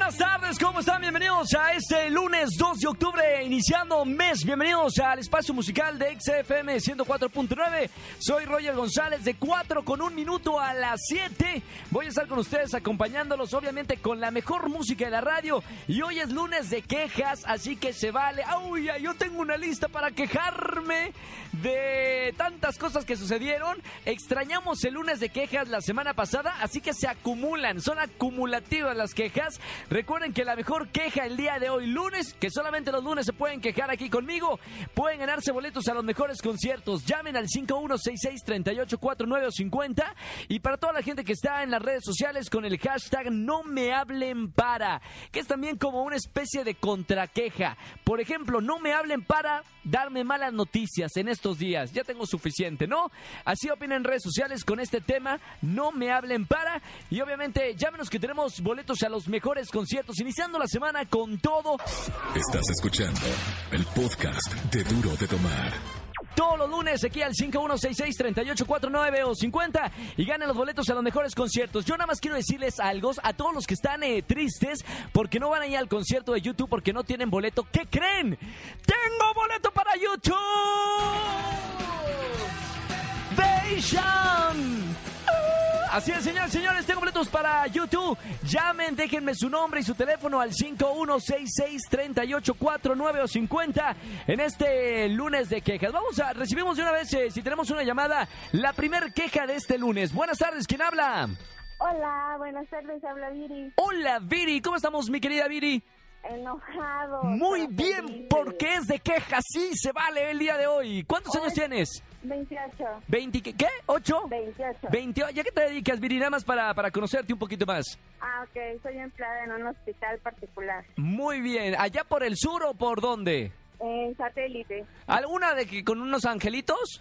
Buenas tardes, ¿cómo están? Bienvenidos a este lunes 2 de octubre, iniciando mes. Bienvenidos al espacio musical de XFM 104.9. Soy Roger González, de 4 con un minuto a las 7. Voy a estar con ustedes acompañándolos, obviamente, con la mejor música de la radio. Y hoy es lunes de quejas, así que se vale. ¡Ay, ay, yo tengo una lista para quejarme de tantas cosas que sucedieron! Extrañamos el lunes de quejas la semana pasada, así que se acumulan, son acumulativas las quejas. Recuerden que la mejor queja el día de hoy, lunes, que solamente los lunes se pueden quejar aquí conmigo, pueden ganarse boletos a los mejores conciertos. Llamen al 5166-384950 y para toda la gente que está en las redes sociales con el hashtag No me hablen para, que es también como una especie de contraqueja. Por ejemplo, no me hablen para darme malas noticias en estos días, ya tengo suficiente, ¿no? Así opinan en redes sociales con este tema, no me hablen para y obviamente llámenos que tenemos boletos a los mejores conciertos, iniciando la semana con todo. Estás escuchando el podcast de Duro de Tomar. Todos los lunes aquí al 5166-3849 o 50 y ganen los boletos a los mejores conciertos. Yo nada más quiero decirles algo a todos los que están eh, tristes porque no van a ir al concierto de YouTube porque no tienen boleto. ¿Qué creen? ¡Tengo boleto para YouTube! ¡Veisham! Así es, señores, señores, tengo boletos para YouTube. Llamen, déjenme su nombre y su teléfono al 5166-3849 o 50 en este lunes de quejas. Vamos a, recibimos de una vez, eh, si tenemos una llamada, la primer queja de este lunes. Buenas tardes, ¿quién habla? Hola, buenas tardes, habla Viri. Hola, Viri, ¿cómo estamos, mi querida Viri? Enojado. Muy pero feliz. bien, porque es de quejas, sí, se vale el día de hoy. ¿Cuántos años Hoy- tienes? 28, ¿20 qué? ¿Qué? ¿8? 28. 20, ¿ya qué te dedicas, Viri? Nada más para, para conocerte un poquito más. Ah, ok, soy empleada en un hospital particular, Muy bien, ¿allá por el sur o por dónde? en satélite. ¿Alguna de que con unos angelitos?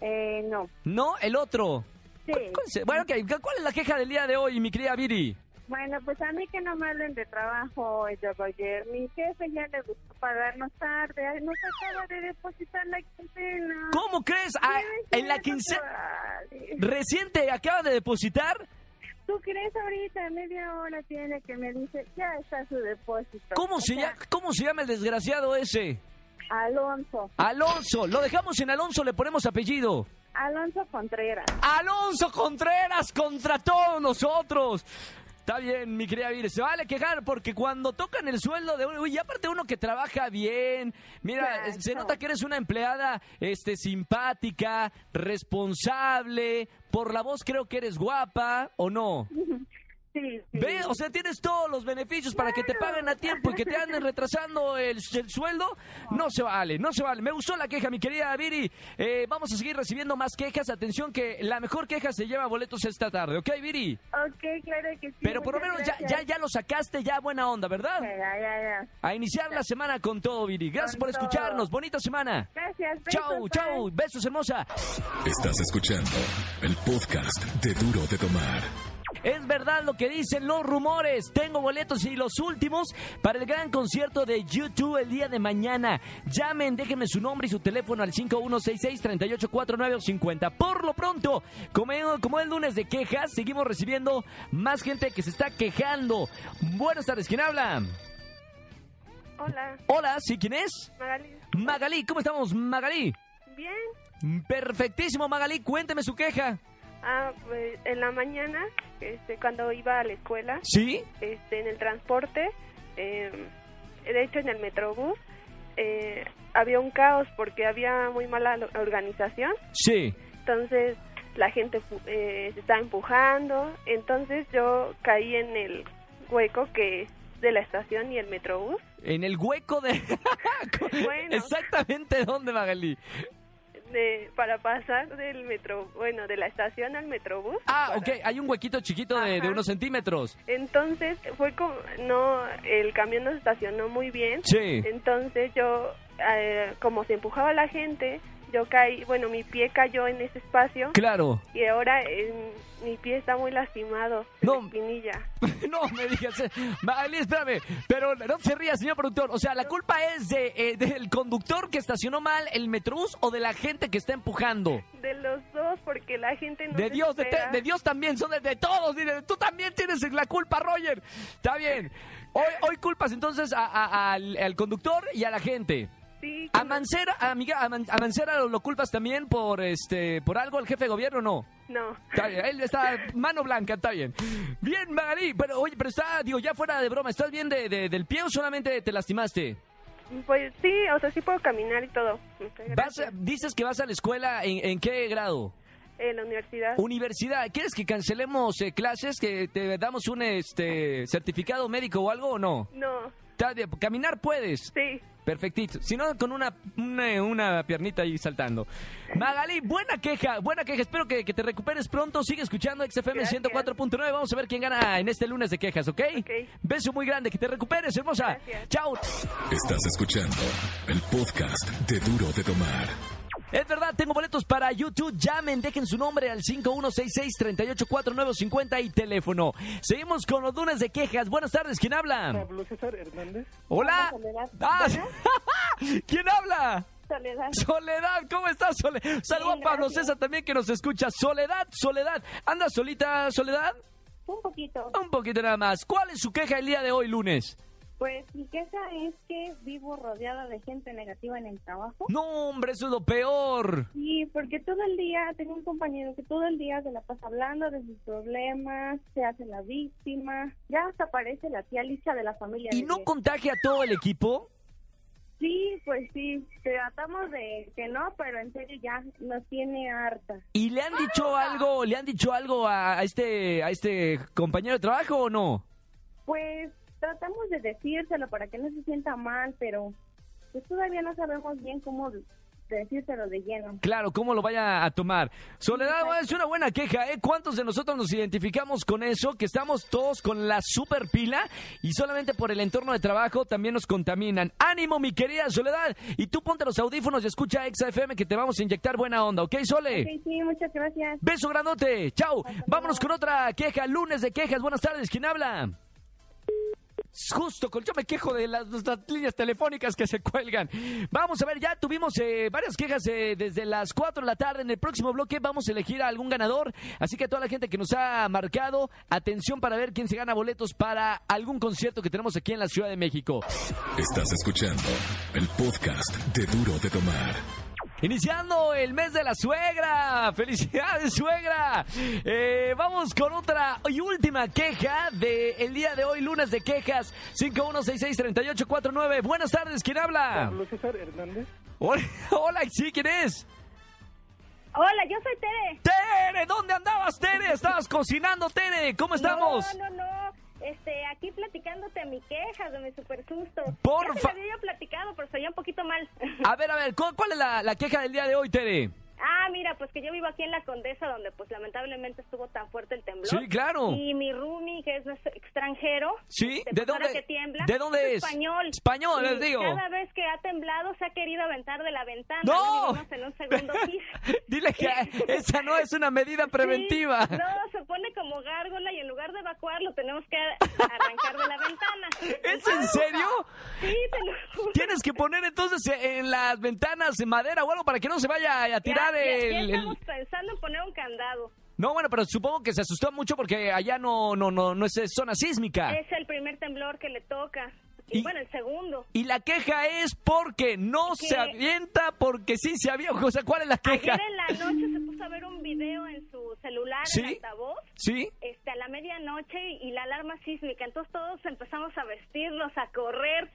Eh, no, No, el otro. sí. ¿Cuál- cuál se- Bueno, ok, ¿cuál es la queja del día de hoy, mi querida Viri? Bueno, pues a mí que no me hablen de trabajo, yo ayer mi jefe ya le gustó pagarnos tarde, ay, nos acaba de depositar la quincena. ¿Cómo crees? Ah, Ay, en la no quincena se vale. reciente acaba de depositar. ¿Tú crees ahorita? Media hora tiene que me dice, ya está su depósito. ¿Cómo O se, sea, llama, ¿Cómo se llama el desgraciado ese? Alonso, Alonso. Lo dejamos en Alonso, le ponemos apellido. Alonso Contreras. Alonso Contreras contra todos nosotros. Está bien, mi querida Viri, se vale quejar porque cuando tocan el sueldo de uno, y aparte uno que trabaja bien, mira, Exacto. se nota que eres una empleada este simpática, responsable, por la voz creo que eres guapa o no. Sí, sí. Ve, o sea, tienes todos los beneficios para que te paguen a tiempo y que te anden retrasando el, el sueldo. No se vale, no se vale. Me gustó la queja, mi querida Viri. Eh, vamos a seguir recibiendo más quejas. Atención que la mejor queja se lleva boletos esta tarde, ¿ok, Viri? Ok, claro que sí. Pero por lo muchas menos ya, ya, gracias. ya lo sacaste, ya buena onda, ¿verdad? Ya, ya, ya. A iniciar la semana con todo, Viri. Gracias Con por todo. escucharnos. Bonita semana. Gracias. Chau, besos, chau. bye. Besos, hermosa. Estás escuchando el podcast de Duro de Tomar. Es verdad lo que dicen los rumores. Tengo boletos y los últimos para el gran concierto de YouTube el día de mañana. Llamen, déjenme su nombre y su teléfono al 5166-384950. Por lo pronto, como, como es lunes de quejas, seguimos recibiendo más gente que se está quejando. Buenas tardes, ¿quién habla? Hola, Hola, ¿sí quién es? Magali. Magalí, ¿cómo estamos, Magalí? Bien. Perfectísimo, Magalí, cuénteme su queja. Ah, pues en la mañana, este, cuando iba a la escuela, ¿Sí? este, en el transporte, eh, de hecho en el metrobús, eh, había un caos porque había muy mala lo- organización. Sí. Entonces la gente pu- eh, se estaba empujando. Entonces yo caí en el hueco que es de la estación y el metrobús. En el hueco de... Bueno. Exactamente dónde, Magalí. De, para pasar del metro, bueno, de la estación al metrobús. Ah, para- ok, hay un huequito chiquito de, de Ajá. unos centímetros. Entonces fue como, no, el camión nos estacionó muy bien. Sí. Entonces yo, eh, como se empujaba la gente, yo caí, bueno, mi pie cayó en ese espacio Claro. y ahora eh, mi pie está muy lastimado, de No. la espinilla. No me digas. eh. Ali, espérame. Pero no se ría, señor productor. O sea, la culpa es de, eh, del conductor que estacionó mal el metrobús o de la gente que está empujando. De los dos, porque la gente no De se Dios, de, te- espera. de Dios también, son de, de todos. dile, tú también tienes la culpa, Roger. Está bien. Hoy, hoy culpas entonces a- a- al, al conductor y a la gente. Sí, A Mancera, amiga, a, Man- a Mancera lo, lo culpas también por este por algo el jefe de gobierno, ¿no? no. Está bien, él está mano blanca, está bien. Bien, Magalí, pero oye, pero está, digo, ya fuera de broma, ¿estás bien de, de- del pie o solamente te lastimaste? Pues sí, o sea, sí puedo caminar y todo. Muchas Vas, a- gracias. dices que vas a la escuela, ¿en, en qué grado? En la universidad. Universidad, ¿quieres que cancelemos eh, clases, que te damos un este certificado médico o algo o no? No, Está bien, Caminar puedes. sí. Perfectito. Si no, con una, una, una piernita ahí saltando. Magali, buena queja, buena queja. Espero que, que te recuperes pronto. Sigue escuchando XFM Gracias. 104.9. Vamos a ver quién gana en este lunes de quejas, ¿ok? Ok. Beso muy grande. Que te recuperes, hermosa. Gracias. Chao. Estás escuchando el podcast de Duro de Tomar. Es verdad, tengo boletos para YouTube. Llamen, dejen su nombre al 5166-384950 y teléfono. Seguimos con los lunes de quejas. Buenas tardes, ¿quién habla? Pablo César Hernández. Hola. Hola, Soledad. Ah, ¿Quién habla? Soledad. Soledad, ¿cómo estás, Soledad? Saludos a Bien, Pablo gracias. César también que nos escucha. Soledad, Soledad. ¿Anda solita, Soledad? Un poquito. Un poquito nada más. ¿Cuál es su queja el día de hoy, lunes? Pues mi queja es que vivo rodeada de gente negativa en el trabajo. No, hombre, eso es lo peor. Sí, porque todo el día tengo un compañero que todo el día se la pasa hablando de sus problemas, se hace la víctima. Ya hasta aparece la tía Licha de la familia. ¿Y de no diez. contagia a todo el equipo? Sí, pues sí, tratamos de que no, pero en serio ya nos tiene harta. ¿Y le han dicho algo, le han dicho algo a a este, a este compañero de trabajo o no? Pues tratamos de decírselo para que no se sienta mal, pero pues todavía no sabemos bien cómo decírselo de lleno. Claro, cómo lo vaya a tomar. Soledad, es una buena queja, ¿eh? ¿Cuántos de nosotros nos identificamos con eso? Que estamos todos con la super pila y solamente por el entorno de trabajo también nos contaminan. ¡Ánimo, mi querida Soledad! Y tú ponte los audífonos y escucha XFM que te vamos a inyectar buena onda, ¿ok, Sole? Sí, sí, muchas gracias. Beso grandote, chao. Vámonos con otra queja, lunes de quejas. Buenas tardes, ¿quién habla? Justo, con, yo me quejo de las, nuestras líneas telefónicas que se cuelgan. Vamos a ver, ya tuvimos eh, varias quejas eh, desde las 4 de la tarde. En el próximo bloque vamos a elegir a algún ganador. Así que a toda la gente que nos ha marcado, atención para ver quién se gana boletos para algún concierto que tenemos aquí en la Ciudad de México. Estás escuchando el podcast de Duro de Tomar. Iniciando el mes de la suegra. ¡Felicidades, suegra! Eh, vamos con otra y última queja del el día de hoy, lunes de quejas. 51663849. Buenas tardes, ¿quién habla? Pablo César Hernández. Hola, hola, sí, ¿quién es? Hola, yo soy Tere. ¡Tere! ¿Dónde andabas, Tere? Estabas cocinando, Tere. ¿Cómo estamos? No, no, no. Este, aquí platicándote mi queja de mi super susto. Por ya fa- se lo había yo platicado, pero soy un poquito mal. A ver, a ver, ¿cu- ¿cuál es la, la queja del día de hoy, Tere? ah, mira, pues que yo vivo aquí en la Condesa, donde pues lamentablemente estuvo tan fuerte el temblor. Sí, claro. Y mi roomie, que es extranjero. Oh. ¿Sí? este, ¿De pues, ahora dónde? que tiembla, ¿De dónde es? Español. Español, Y les digo. Cada vez que ha temblado se ha querido aventar de la ventana. ¡No! Vivimos en un segundo piso. Dile que esa no es una medida preventiva. Sí, no, se pone como gárgola y en lugar de evacuar lo tenemos que arrancar de la ventana. ¿Es en serio? Sí, te lo juro. Tienes que poner entonces eh, en las ventanas de madera o algo para que no se vaya a Ya- tirar ya- ya el, el- estamos pensando en poner un candado. No, bueno, pero supongo que se asustó mucho porque allá no no no no es zona sísmica. Es el primer temblor que le toca. Y, Ah. Y- bueno, el segundo. Y la queja es porque no Que- se avienta, porque sí se avienta. O sea, ¿cuál es la queja? Ayer en la noche se puso a ver un video en su celular, en ¿Sí? altavoz. ¿Sí? Este, a la medianoche y la alarma sísmica. Entonces todos empezamos a vestirnos, a correr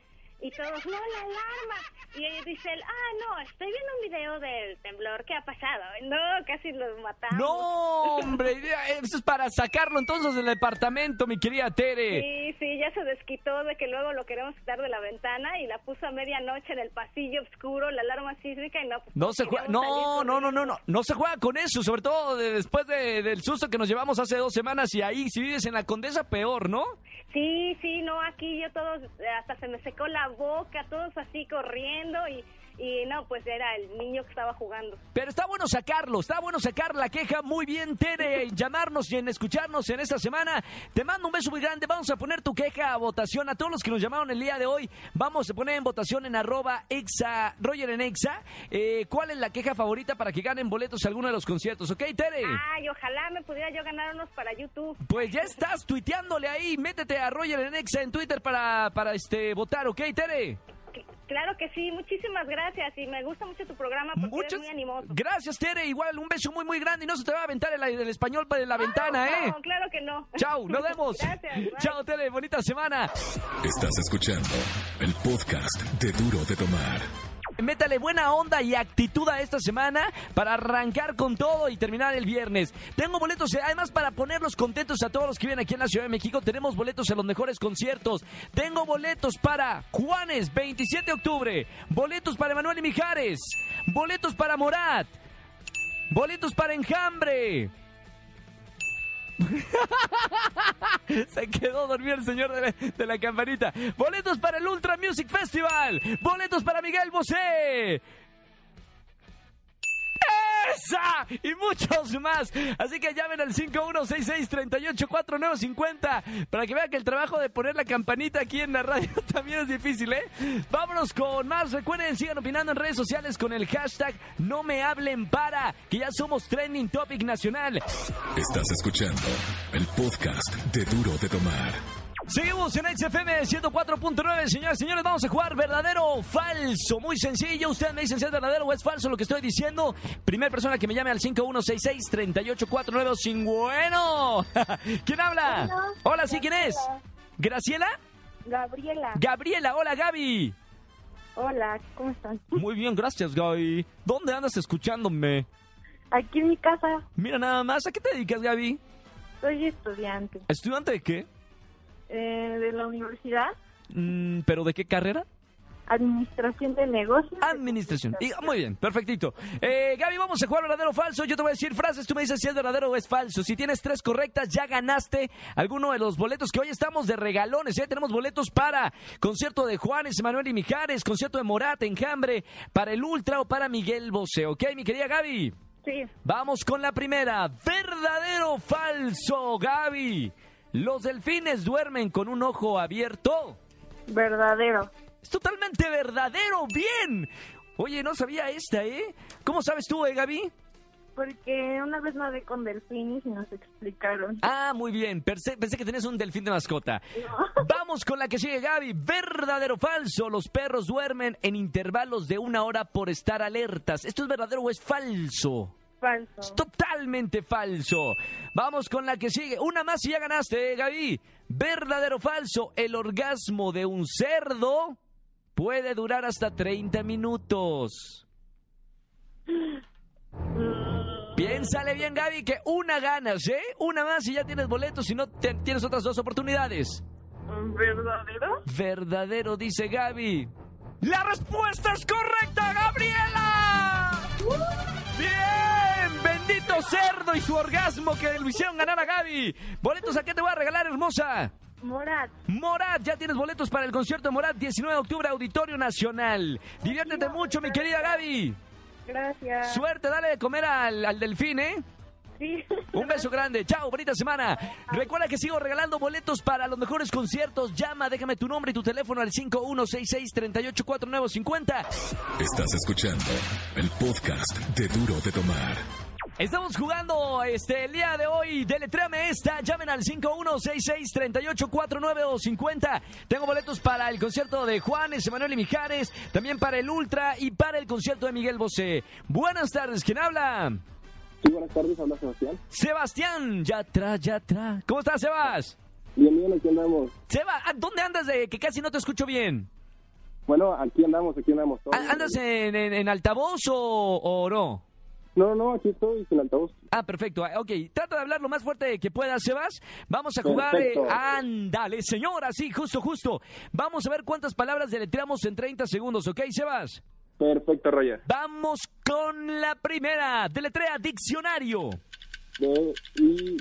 y todos, no, la alarma. Y ella dice, él, ah, no, estoy viendo un video del temblor, ¿qué ha pasado? No, casi los matamos. No, hombre, ya, eso es para sacarlo entonces del departamento, mi querida Tere. Sí, sí, ya se desquitó de que luego lo queremos quitar de la ventana y la puso a medianoche en el pasillo oscuro, la alarma sísmica y no. pues, No se juega, queríamos no, salir no, no, no, no, corriendo. no se juega con eso, sobre todo de- después de- del susto que nos llevamos hace dos semanas y ahí si vives en la Condesa peor, ¿no? Sí, sí, no, aquí yo todos, eh, hasta se me secó la boca, todos así corriendo y, y no, pues era el niño que estaba jugando. Pero está bueno sacarlo, está bueno sacar la queja. Muy bien, Tere, en llamarnos y en escucharnos en esta semana. Te mando un beso muy grande. Vamos a poner tu queja a votación. A todos los que nos llamaron el día de hoy, vamos a poner en votación en arroba exa, Roger en exa, eh, cuál es la queja favorita para que ganen boletos a alguno de los conciertos. ¿Ok, Tere? Ay, ojalá me pudiera yo ganar unos para YouTube. Pues ya estás tuiteándole ahí. Métete a Roger en exa en Twitter para, para este, votar. ¿Ok, Tere? C- Claro que sí, muchísimas gracias y me gusta mucho tu programa porque Muchas Pues eres muy animoso. gracias, Tere. Igual un beso muy, muy grande. Y no se te va a aventar el, el español para la ventana, ¿eh? No, claro que no. Chao, nos vemos. Gracias. bye. Chao, Tele, bonita semana. Estás escuchando el podcast de Duro de Tomar. Métale buena onda y actitud a esta semana para arrancar con todo y terminar el viernes. Tengo boletos, eh, además para ponerlos contentos a todos los que vienen aquí en la Ciudad de México, tenemos boletos en los mejores conciertos. Tengo boletos para Juanes, 27 de octubre. Boletos para Emanuel y Mijares. Boletos para Morat. Boletos para Enjambre. Se quedó dormido el señor de la, de la campanita. Boletos para el Ultra Music Festival. Boletos para Miguel Bosé. ¡Esa! Y muchos más. Así que llamen al 5166-384950 para que vean que el trabajo de poner la campanita aquí en la radio también es difícil, ¿eh? Vámonos con más. Recuerden, sigan opinando en redes sociales con el hashtag No me hablen para, que ya somos trending topic nacional. Estás escuchando el podcast de Duro de Tomar. Seguimos en XFM 104.9, señoras y señores. Vamos a jugar verdadero o falso. Muy sencillo. Ustedes me dicen si es verdadero o es falso lo que estoy diciendo. Primera persona que me llame al 5166-3849. Bueno. ¿Quién habla? Hola. Hola, sí, ¿quién es? ¿Graciela? Gabriela. Gabriela, hola Gaby. Hola, ¿cómo están? Muy bien, gracias Gaby. ¿Dónde andas escuchándome? Aquí en mi casa Mira nada más, ¿a qué te dedicas Gaby? soy estudiante ¿Estudiante de qué? eh, de la universidad, Mm, ¿Pero de qué carrera? Administración de Negocios. Administración. Y- muy bien, perfectito. Eh, Gaby, vamos a jugar verdadero o falso. Yo te voy a decir frases, tú me dices si es verdadero o es falso. Si tienes tres correctas, ya ganaste alguno de los boletos que hoy estamos de regalones. Ya tenemos boletos para concierto de Juanes, Emanuel y Mijares, concierto de Morat, Enjambre, para el Ultra o para Miguel Bosé. ¿Ok, mi querida Gaby? Sí, Vamos con la primera. ¿Verdadero o falso, Gaby? ¿Los delfines duermen con un ojo abierto? verdadero. Es totalmente verdadero, bien. Oye, no sabía esta, ¿eh? ¿Cómo sabes tú, eh, Gaby? Porque una vez nadé con delfines y nos explicaron. Ah, muy bien. Pensé, pensé que tenías un delfín de mascota. No. Vamos con la que sigue, Gaby. ¿Verdadero o falso? Los perros duermen en intervalos de una hora por estar alertas. ¿Esto es verdadero o es falso? Es Falso. totalmente falso. Vamos con la que sigue. Una más y ya ganaste, eh, Gaby. ¿Verdadero o falso? El orgasmo de un cerdo puede durar hasta 30 minutos. Piénsale bien, Gaby, que una ganas, ¿eh? Una más y ya tienes boletos y no te- tienes otras dos oportunidades. ¿Verdadero? Verdadero, dice Gaby. ¡La respuesta es correcta, Gabriela! ¡Bien! ¡Bendito cerdo y su orgasmo que lo hicieron ganar a Gaby! ¿Boletos a qué te voy a regalar, hermosa? Morat. Morat, ya tienes boletos para el concierto de Morat, 19 de octubre, Auditorio Nacional. Diviértete mucho, mi querida Gaby. Gracias. Suerte, dale de comer al, al delfín, ¿eh? Sí. Un beso grande, chao, bonita semana. Recuerda que sigo regalando boletos para los mejores conciertos. Llama, déjame tu nombre y tu teléfono al 5166-384950. Estás escuchando el podcast de Duro de Tomar. Estamos jugando este el día de hoy. Deletréame esta, llamen al 5166-384950. Tengo boletos para el concierto de Juanes, Emanuel y Mijares, también para el Ultra y para el concierto de Miguel Bosé. Buenas tardes, ¿quién habla? Sí, buenas tardes, habla Sebastián. Sebastián, ya atrás, ya atrás. ¿Cómo estás, Sebas? Bien, bien, aquí andamos. Seba, ¿a ¿dónde andas? De, que casi no te escucho bien. Bueno, aquí andamos, aquí andamos. Todo ¿A- ¿Andas bien. en, en- en altavoz o, o no? No, no, aquí estoy sin altavoz. Ah, perfecto. Ah, Ok, trata de hablar lo más fuerte que puedas, Sebas. Vamos a jugar. eh, Perfecto. ándale, señora, sí, justo, justo. Vamos a ver cuántas palabras deletreamos en 30 segundos, ¿ok, Sebas? Perfecto, Roger. Vamos con la primera. Deletrea diccionario. D, I,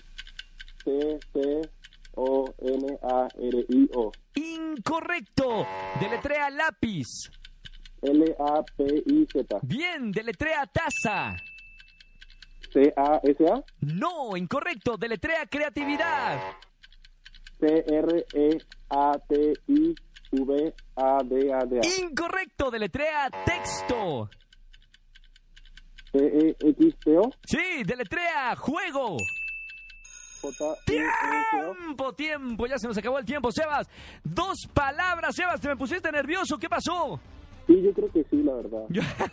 T, T, L-O-N-A-R-I-O. Incorrecto. Deletrea lápiz. L-A-P-I-Z. Bien, deletrea taza. C-A-S-A. No, incorrecto. Deletrea creatividad. E, C-R-E-A-T-I-V-A-D-A-D-A. Incorrecto. Deletrea texto. E, T-E-X-T-O. Sí, deletrea juego. E, J-E-S-O. Tiempo, tiempo. Ya se nos acabó el tiempo, Sebas. Dos palabras, Sebas. Te me pusiste nervioso. ¿Qué pasó? Sí, yo creo que sí, la verdad. Yo- Es que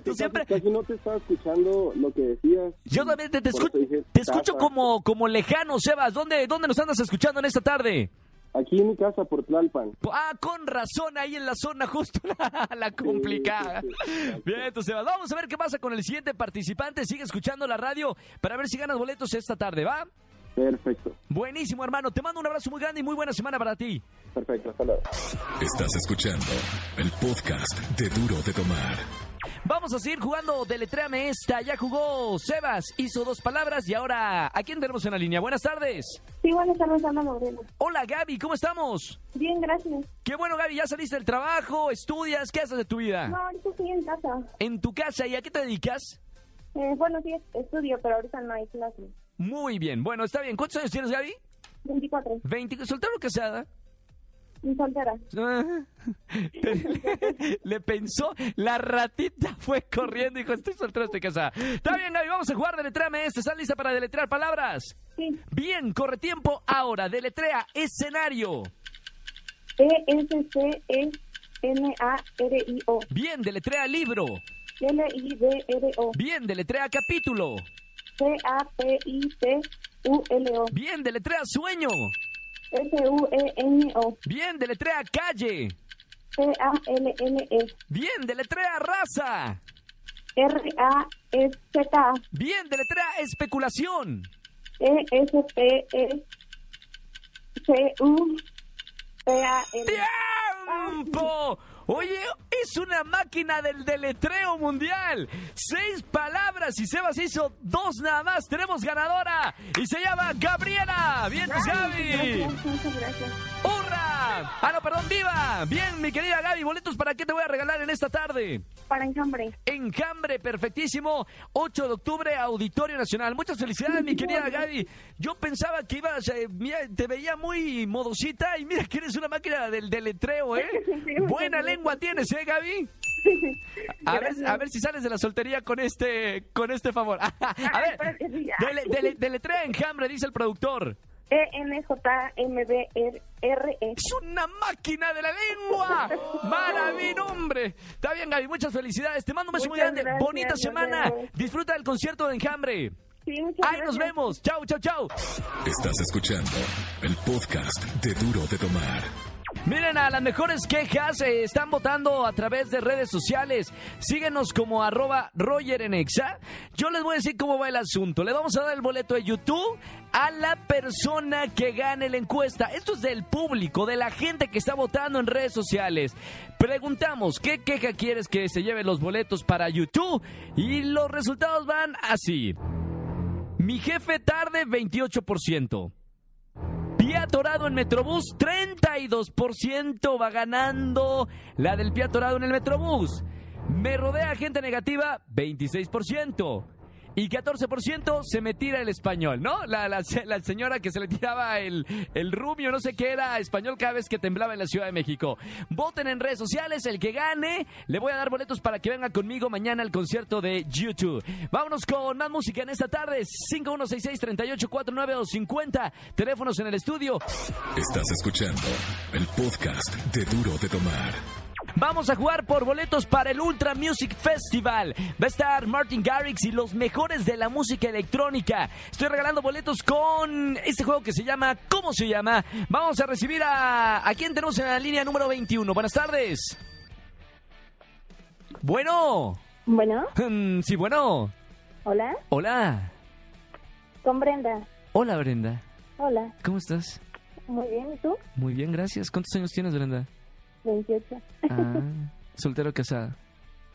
Tú casi- siempre. Casi no te estaba escuchando lo que decías. Yo también te, te Por eso escu- dije, te escucho taza. como, como lejano, Sebas. ¿Dónde, ¿Dónde nos andas escuchando en esta tarde? Aquí en mi casa, por Tlalpan. Ah, con razón, ahí en la zona justo la, la complicada. sí, sí, exacto. Bien, entonces Sebas, vamos a ver qué pasa con el siguiente participante. Sigue escuchando la radio para ver si ganas boletos esta tarde, ¿va? Perfecto, Buenísimo, hermano. Te mando un abrazo muy grande y muy buena semana para ti. perfecto, hasta luego. Estás escuchando el podcast de Duro de Tomar. Vamos a seguir jugando Deletréame esta. Ya jugó Sebas, hizo dos palabras y ahora, ¿a quién tenemos en la línea? Buenas tardes. Sí, buenas tardes, Ana Lorena. Hola, Gaby, ¿cómo estamos? Bien, gracias. Qué bueno, Gaby, ya saliste del trabajo, estudias, ¿qué haces de tu vida? No, ahorita estoy en casa. En tu casa, ¿y a qué te dedicas? Eh, bueno, sí, estudio, pero ahorita no hay clases. Muy bien, bueno, está bien. ¿Cuántos años tienes, Gaby? 24. 20, ¿soltero o casada? Y soltera. Ah, te- le pensó, la ratita fue corriendo y dijo, estoy soltero, estoy casada. Está bien, Gaby, vamos a jugar Deletréame este. ¿Estás lista para deletrear palabras? Sí. Bien, corre tiempo ahora. Deletrea escenario. E E-S-C-E-N-A-R-I-O. Bien, deletrea libro. L-I-D-R-O. Bien, deletrea capítulo. C-A-P-I-T-U-L-O. Bien, deletrea sueño. E S-U-E-N-O. Bien, deletrea calle. C-A-L-L-E. Bien, deletrea raza. R-A-S-Z-A. Bien, deletrea especulación. E E-S-P-E-C-U-P-A-L. ¡Tiempo! Oye, es una máquina del deletreo mundial. Seis palabras y Sebas hizo dos nada más. Tenemos ganadora y se llama Gabriela. Bien, pues, Gaby. Gracias, muchas gracias. ¡Hurra! Ah, no, perdón, viva. Bien, mi querida Gaby, boletos para qué te voy a regalar en esta tarde. Para enjambre. Enjambre, perfectísimo. 8 de octubre, Auditorio Nacional. Muchas felicidades, mi querida Gaby. Yo pensaba que ibas, eh, mira, te veía muy modosita y mira que eres una máquina del deletreo, ¿eh? Buena lengua tienes, ¿eh, Gaby? A ver, a ver si sales de la soltería con este, con este favor. A ver, espero que sí, ya. dele, dele- deletrea enjambre, dice el productor. E E-N-J-M-B-R-E. ¡Es una máquina de la lengua! ¡Maravilla, hombre! Está bien, Gaby, muchas felicidades. Te mando un beso muy Muchas grande. gracias, Bonita nos semana. vemos. Disfruta del concierto de Enjambre. Sí, muchas ¡Ahí nos gracias. vemos! ¡Chao, chao, chao! Estás escuchando el podcast de Duro de Tomar. Miren, a las mejores quejas eh, están votando a través de redes sociales. Síguenos como arroba Roger en Exa. Yo les voy a decir cómo va el asunto. Le vamos a dar el boleto de YouTube a la persona que gane la encuesta. Esto es del público, de la gente que está votando en redes sociales. Preguntamos, ¿qué queja quieres que se lleve los boletos para YouTube? Y los resultados van así. Mi jefe tarde 28%. Pie atorado en Metrobús, 32% va ganando la del pie atorado en el Metrobús. Me rodea gente negativa, 26%. Y 14% se me tira el español, ¿no? La, la se- la señora que se le tiraba el, el rubio, no sé qué era, español cada vez que temblaba en la Ciudad de México. Voten en redes sociales, el que gane, le voy a dar boletos para que venga conmigo mañana al concierto de YouTube. Vámonos con más música en esta tarde, 5166-3849 o 50, teléfonos en el estudio. Estás escuchando el podcast de Duro de Tomar. Vamos a jugar por boletos para el Ultra Music Festival. Va a estar Martin Garrix y los mejores de la música electrónica. Estoy regalando boletos con este juego que se llama ¿Cómo se llama? Vamos a recibir a a quién tenemos en la línea número 21. Buenas tardes. Bueno, Bueno, Mm, sí, bueno. hola. Hola. Con Brenda. Hola, Brenda. Hola. ¿Cómo estás? Muy bien, ¿y tú? Muy bien, gracias. ¿Cuántos años tienes, Brenda? 28. Ah, soltero o casada.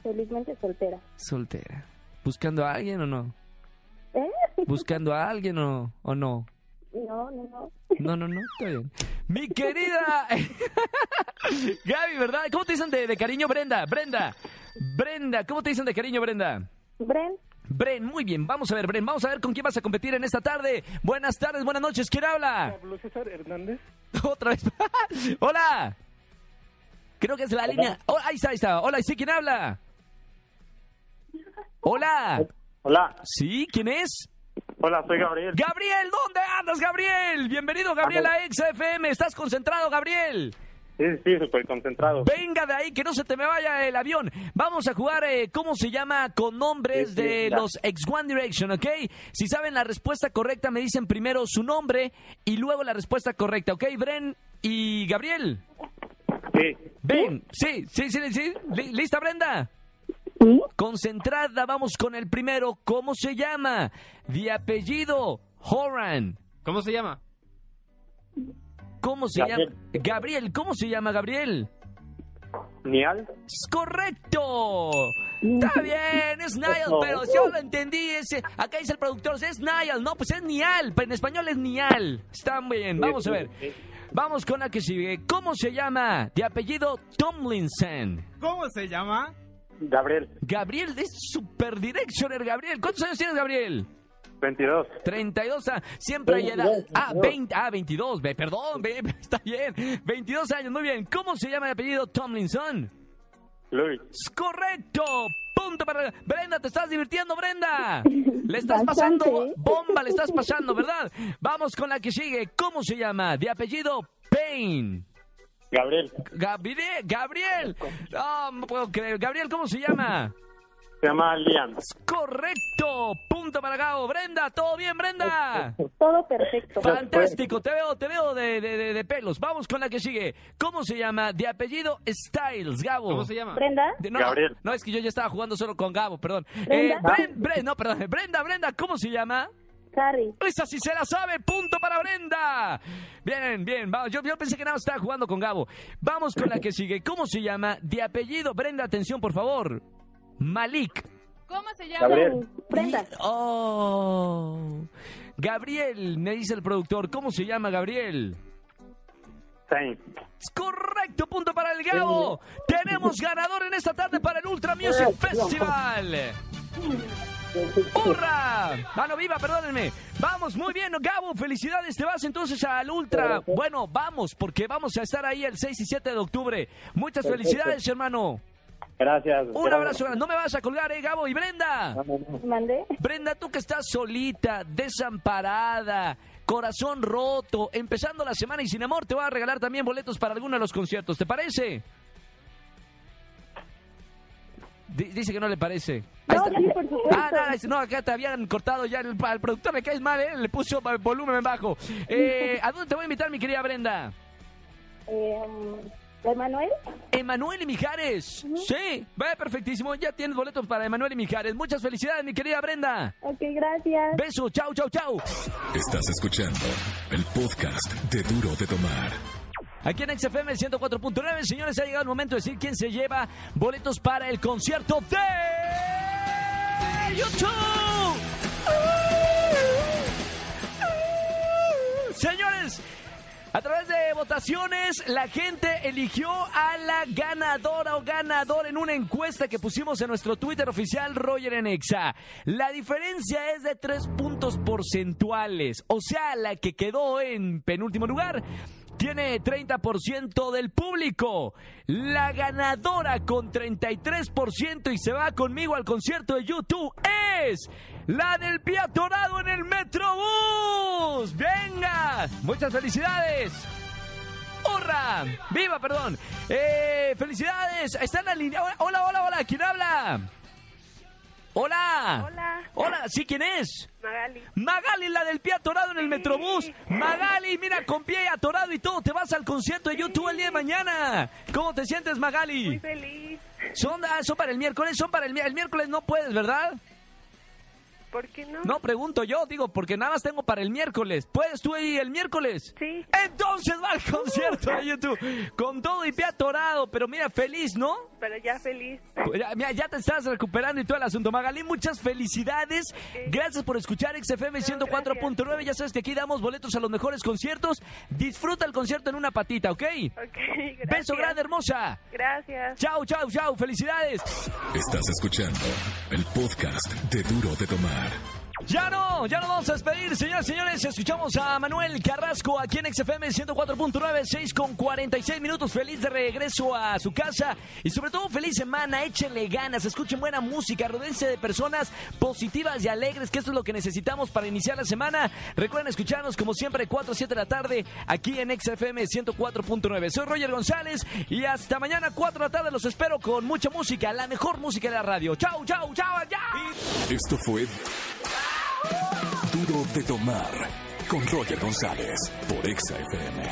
Felizmente soltera. Soltera. ¿Buscando a alguien o no? ¿Eh? buscando a alguien o, o no. No, no, no. No, no, no, está bien. Mi querida Gaby, ¿verdad? ¿Cómo te dicen de, de cariño, Brenda? Brenda, Brenda, ¿cómo te dicen de cariño, Brenda? Bren, Bren, muy bien, vamos a ver, Bren, vamos a ver con quién vas a competir en esta tarde. Buenas tardes, buenas noches, ¿quién habla? Pablo César Hernández. Otra vez. Hola. Creo que es la línea. Oh, ahí está, ahí está. Hola, ¿y sí, ¿quién habla? Hola. Hola, ¿Sí? ¿Quién es? hola, soy Gabriel. Gabriel, ¿dónde andas, Gabriel? Bienvenido, Gabriel, a XFM. ¿Estás concentrado, Gabriel? Sí, sí, súper concentrado. Venga de ahí, que no se te me vaya el avión. Vamos a jugar, eh, ¿cómo se llama? Con nombres Sí, sí, de ya. los ex One Direction, ¿ok? Si saben la respuesta correcta, me dicen primero su nombre y luego la respuesta correcta, ¿ok? Bren y Gabriel. Sí, Ven, sí, sí, sí, sí. Li- ¿Lista, Brenda? Concentrada, vamos con el primero. ¿Cómo se llama? De apellido, Horan. ¿Cómo se llama? ¿Cómo se Gabriel. llama? Gabriel, ¿cómo se llama Gabriel? Nial. ¡Es correcto! Está bien, es Niall, pero yo lo entendí. Ese, acá dice el productor, es Niall. No, pues es Nial, pero en español es Nial. Está bien, vamos a ver. Vamos con la que sigue. ¿Cómo se llama? De apellido Tomlinson. ¿Cómo se llama? Gabriel, Gabriel, es Super Directioner, Gabriel. ¿Cuántos años tienes, Gabriel? 22. 32, ah, siempre hay edad. Ah, 20, ah, 22, ve, perdón, ve, está bien. 22 años, muy bien. ¿Cómo se llama el apellido Tomlinson? Luis, Es correcto. Punto para Brenda, te estás divirtiendo, Brenda. Le estás Bastante. pasando bomba, le estás pasando, ¿verdad? Vamos con la que sigue. ¿Cómo se llama? De apellido Payne. Gabriel, Gabriel, Gabriel. Ah, No, no puedo creer. Gabriel, ¿cómo se llama? se llama Liam. Es correcto. Punto para Gabo. Brenda, ¿todo bien, Brenda? Pues, todo perfecto. Fantástico, te veo, te veo de, de- de- de pelos. Vamos con la que sigue. ¿Cómo se llama? De apellido Styles, Gabo. ¿Cómo se llama? Brenda, De- no, Gabriel. No, es que yo ya estaba jugando solo con Gabo, perdón. Brenda. Eh, Bren- Bren- no, perdón. Brenda, Brenda, ¿cómo se llama? Carrie, Esa sí se la sabe, punto para Brenda. Bien, bien, vamos. Yo, yo pensé que nada más estaba jugando con Gabo. Vamos con la que sigue. ¿Cómo se llama? De apellido, Brenda, atención, por favor. Malik. ¿Cómo se llama? Gabriel, Brenda, Oh. Gabriel, me dice el productor. ¿Cómo se llama, Gabriel? Sainz. Es Correcto, punto para el Gabo. Tenemos ganador en esta tarde para el Ultra Music Festival. ¡Hurra! Ah, no, viva, perdónenme. Vamos, muy bien, Gabo, felicidades. Te vas entonces al Ultra. Bueno, vamos, porque vamos a estar ahí el 6 y 7 de octubre. Muchas felicidades, hermano. Gracias. Un abrazo. No me vas a colgar, eh, Gabo y Brenda. mandé. Brenda, tú que estás solita, desamparada, corazón roto, empezando la semana y sin amor, te voy a regalar también boletos para alguno de los conciertos, ¿te parece? Di- Dice que no le parece. Ahí No, está. sí, por supuesto. Ah, no, es- no, acá te habían cortado ya. El, al productor me caes mal, ¿eh? Le puso pa- volumen en bajo. Eh, ¿A dónde te voy a invitar, mi querida Brenda? Eh, Emanuel, Emanuel y Mijares. Sí, va perfectísimo. Ya tienes boletos para Emanuel y Mijares. Muchas felicidades, mi querida Brenda. ok, gracias. Beso, chau, chau, chau. Estás escuchando el podcast de Duro de Tomar. Aquí en XFM 104.9, señores, ha llegado el momento de decir quién se lleva boletos para el concierto de YouTube. Señores, a través de votaciones, la gente eligió a la ganadora o ganador en una encuesta que pusimos en nuestro Twitter oficial Roger en Exa. La diferencia es de tres puntos porcentuales, o sea, la que quedó en penúltimo lugar. Tiene 30% del público. La ganadora con 33% y se va conmigo al concierto de YouTube es la del Piatorado en el Metrobús. ¡Venga! ¡Muchas felicidades! ¡Hurra! ¡Viva, perdón! Eh, ¡Felicidades! Están la línea. Hola, hola, hola. ¿Quién habla? Hola. Hola. Hola, ¿sí quién es? Magali. Magali, la del pie atorado en el Metrobús. Magali, mira, con pie atorado y todo, te vas al concierto de YouTube el día de mañana. ¿Cómo te sientes, Muy Magali? feliz. Son, ah, son para el miércoles, son para el, mi- el miércoles, no puedes, ¿verdad? ¿Por qué no? No, pregunto yo, digo, porque nada más tengo para el miércoles. ¿Puedes tú ir el miércoles? Sí. Entonces va al concierto de YouTube con todo y pie atorado, pero mira, feliz, ¿no? Pero ya feliz. Pues Ya, mira, ya te estás recuperando y todo el asunto. Magalí, muchas felicidades. Gracias por escuchar XFM 104.9. Ya sabes que aquí damos boletos a los mejores conciertos. Disfruta el concierto en una patita, ¿ok? Ok, gracias. Beso grande, hermosa. Gracias. Chau, chau, chau. Felicidades. Estás escuchando el podcast de Duro de Tomar. Ya no, ya nos vamos a despedir, señoras y señores. Escuchamos a Manuel Carrasco aquí en XFM 104.9, 6 con 46 minutos. Feliz de regreso a su casa y sobre todo feliz semana. Échenle ganas, escuchen buena música, rodense de personas positivas y alegres, que esto es lo que necesitamos para iniciar la semana. Recuerden escucharnos como siempre, 4 a 7 de la tarde aquí en XFM 104.9. Soy Roger González y hasta mañana, 4 de la tarde. Los espero con mucha música, la mejor música de la radio. Chau, chau, chau, chau. Esto fue Duro de Tomar con Roger González por Exa FM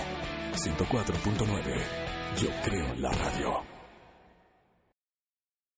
104.9. Yo creo en la radio.